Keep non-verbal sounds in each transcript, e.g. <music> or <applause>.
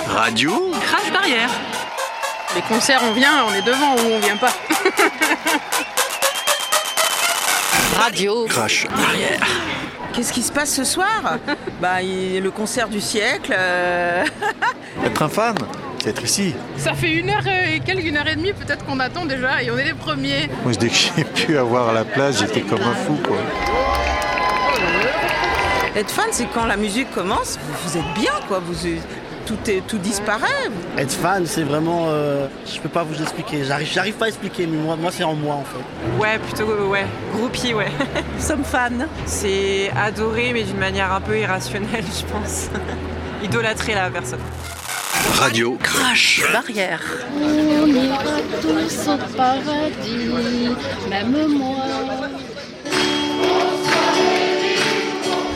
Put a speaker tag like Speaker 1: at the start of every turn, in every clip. Speaker 1: Radio
Speaker 2: Crash barrière. Les concerts, on vient, on est devant ou on vient pas.
Speaker 3: Radio.
Speaker 1: Crash barrière.
Speaker 4: Qu'est-ce qui se passe ce
Speaker 5: <laughs>
Speaker 4: soir Bah, il- le concert du siècle. euh,
Speaker 1: Être un fan, c'est être ici.
Speaker 2: Ça fait une heure et quelques, une heure et demie peut-être qu'on attend déjà et on est les premiers.
Speaker 1: Moi, dès que j'ai pu avoir la place, j'étais comme un fou, quoi.
Speaker 4: Être fan, c'est quand la musique commence, vous, vous êtes bien, quoi. Vous, tout, est, tout disparaît.
Speaker 6: Être fan, c'est vraiment. euh, je peux pas vous expliquer. J'arrive, j'arrive pas à expliquer, mais moi, moi c'est en moi en fait.
Speaker 5: Ouais, plutôt euh, ouais, groupie, ouais.
Speaker 4: Nous sommes fans.
Speaker 5: C'est adoré, mais d'une manière un peu irrationnelle, je pense. <laughs> Idolâtrer la personne.
Speaker 1: Radio Crash.
Speaker 3: Barrière.
Speaker 7: On ira tous au paradis, même moi.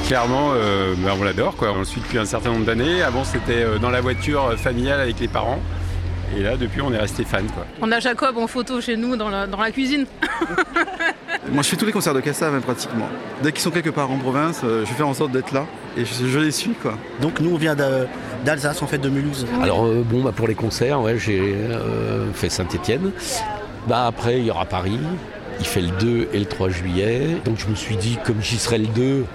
Speaker 8: Clairement, euh, bah, on l'adore quoi. On le suit depuis un certain nombre d'années. Avant, c'était euh, dans la voiture euh, familiale avec les parents. Et là, depuis, on est resté fan quoi.
Speaker 2: On a Jacob en photo chez nous dans la, dans la cuisine.
Speaker 9: Moi, je fais tous les concerts de Cassa, même pratiquement. Dès qu'ils sont quelque part en province, euh, je fais en sorte d'être là et je, je les suis, quoi.
Speaker 6: Donc nous, on vient d'A- d'Alsace, en fait, de Mulhouse.
Speaker 10: Alors euh, bon, bah, pour les concerts, ouais, j'ai euh, fait Saint-Étienne. Bah, après, il y aura Paris. Il fait le 2 et le 3 juillet. Donc je me suis dit, comme j'y serai le 2,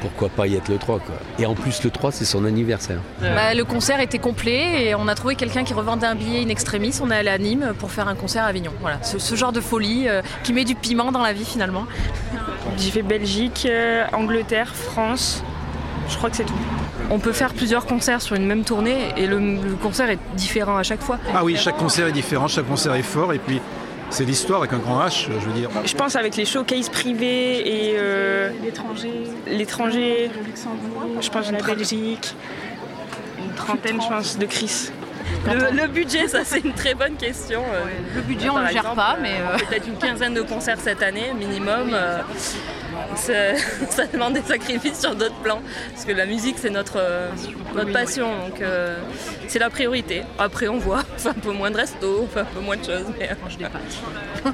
Speaker 10: pourquoi pas y être le 3 quoi. Et en plus, le 3, c'est son anniversaire.
Speaker 11: Bah, le concert était complet et on a trouvé quelqu'un qui revendait un billet in extremis. On est allé à Nîmes pour faire un concert à Avignon. Voilà, ce, ce genre de folie euh, qui met du piment dans la vie finalement.
Speaker 5: J'ai fait Belgique, euh, Angleterre, France. Je crois que c'est tout. On peut faire plusieurs concerts sur une même tournée et le, concert est différent à chaque fois.
Speaker 9: Ah oui, chaque concert est différent, chaque concert est fort, et puis c'est l'histoire avec un grand H, je veux dire.
Speaker 5: Je pense avec les showcases privés et euh, l'étranger, l'étranger, je pense la Belgique, une trentaine, je pense, de Chris.
Speaker 11: Le, budget, ça c'est une très bonne question. euh,
Speaker 2: Le budget, on
Speaker 11: Par
Speaker 2: le gère
Speaker 11: exemple,
Speaker 2: pas,
Speaker 11: euh,
Speaker 2: mais. euh,
Speaker 11: Peut-être une quinzaine de concerts cette année minimum. euh, ça, <laughs> ça demande des sacrifices sur d'autres plans. Parce que la musique, c'est notre,
Speaker 2: Ah,
Speaker 11: euh, notre passion. Donc euh, c'est la priorité. Après, on voit. <laughs> On fait un peu moins de resto, on fait un peu moins de choses. Mais... euh,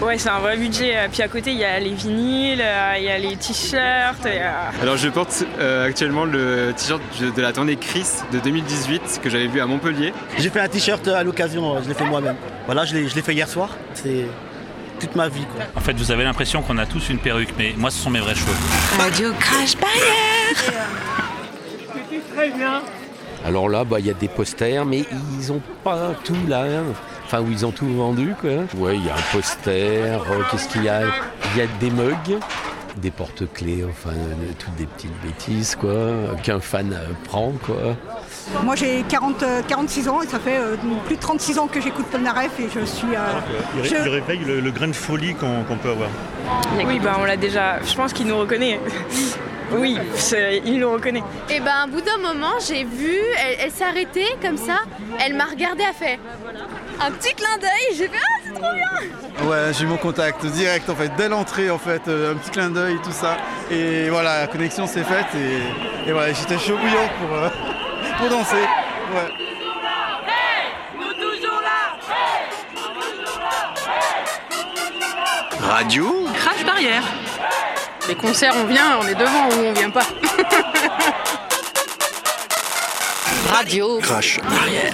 Speaker 5: Ouais, c'est un vrai budget. Euh, Puis à côté, il y a les vinyles, euh, il y a les t-shirts. euh, il y a-
Speaker 10: Alors je porte euh, actuellement le t-shirt de la tournée Chris de 2018 que j'avais vu à Montpellier.
Speaker 6: J'ai fait un t-shirt à l'occasion, euh, je l'ai fait moi-même. Voilà, je l'ai, je l'ai fait hier soir. C'est toute ma vie. Quoi.
Speaker 10: En fait, vous avez l'impression qu'on a tous une perruque, mais moi, ce sont mes vrais cheveux.
Speaker 3: Radio Crash Barrière.
Speaker 11: euh,
Speaker 10: Alors là, bah, il y a des posters, mais ils ont pas tout là. hein. Enfin, où ils ont tout vendu, quoi. Ouais, il y a un poster, euh, qu'est-ce qu'il y a Il y a des mugs, des porte-clés, enfin, euh, toutes des petites bêtises, quoi, euh, qu'un fan euh, prend, quoi.
Speaker 11: Moi j'ai 46 ans et ça fait euh, plus de 36 ans que j'écoute Polnareff et je suis. euh,
Speaker 9: réveille le, grain de folie qu'on peut avoir.
Speaker 5: Oui, bah on l'a déjà. Je pense qu'il nous reconnaît. Oui, c'est- il nous reconnaît.
Speaker 7: Et ben, au bout d'un moment, j'ai vu, elle, elle s'est arrêtée comme ça, elle m'a regardé, elle fait un petit clin d'œil, j'ai fait Ah, c'est trop bien
Speaker 9: Ouais, j'ai eu mon contact direct, en fait, dès l'entrée, en fait, euh, un petit clin d'œil, tout ça. Et voilà, la connexion s'est faite, et, et voilà, j'étais chaud bouillant pour, euh, <laughs> pour danser. Ouais.
Speaker 1: Radio
Speaker 2: Crash barrière. Les concerts, on vient, on est devant ou on vient pas.
Speaker 3: Radio.
Speaker 1: Crash barrière.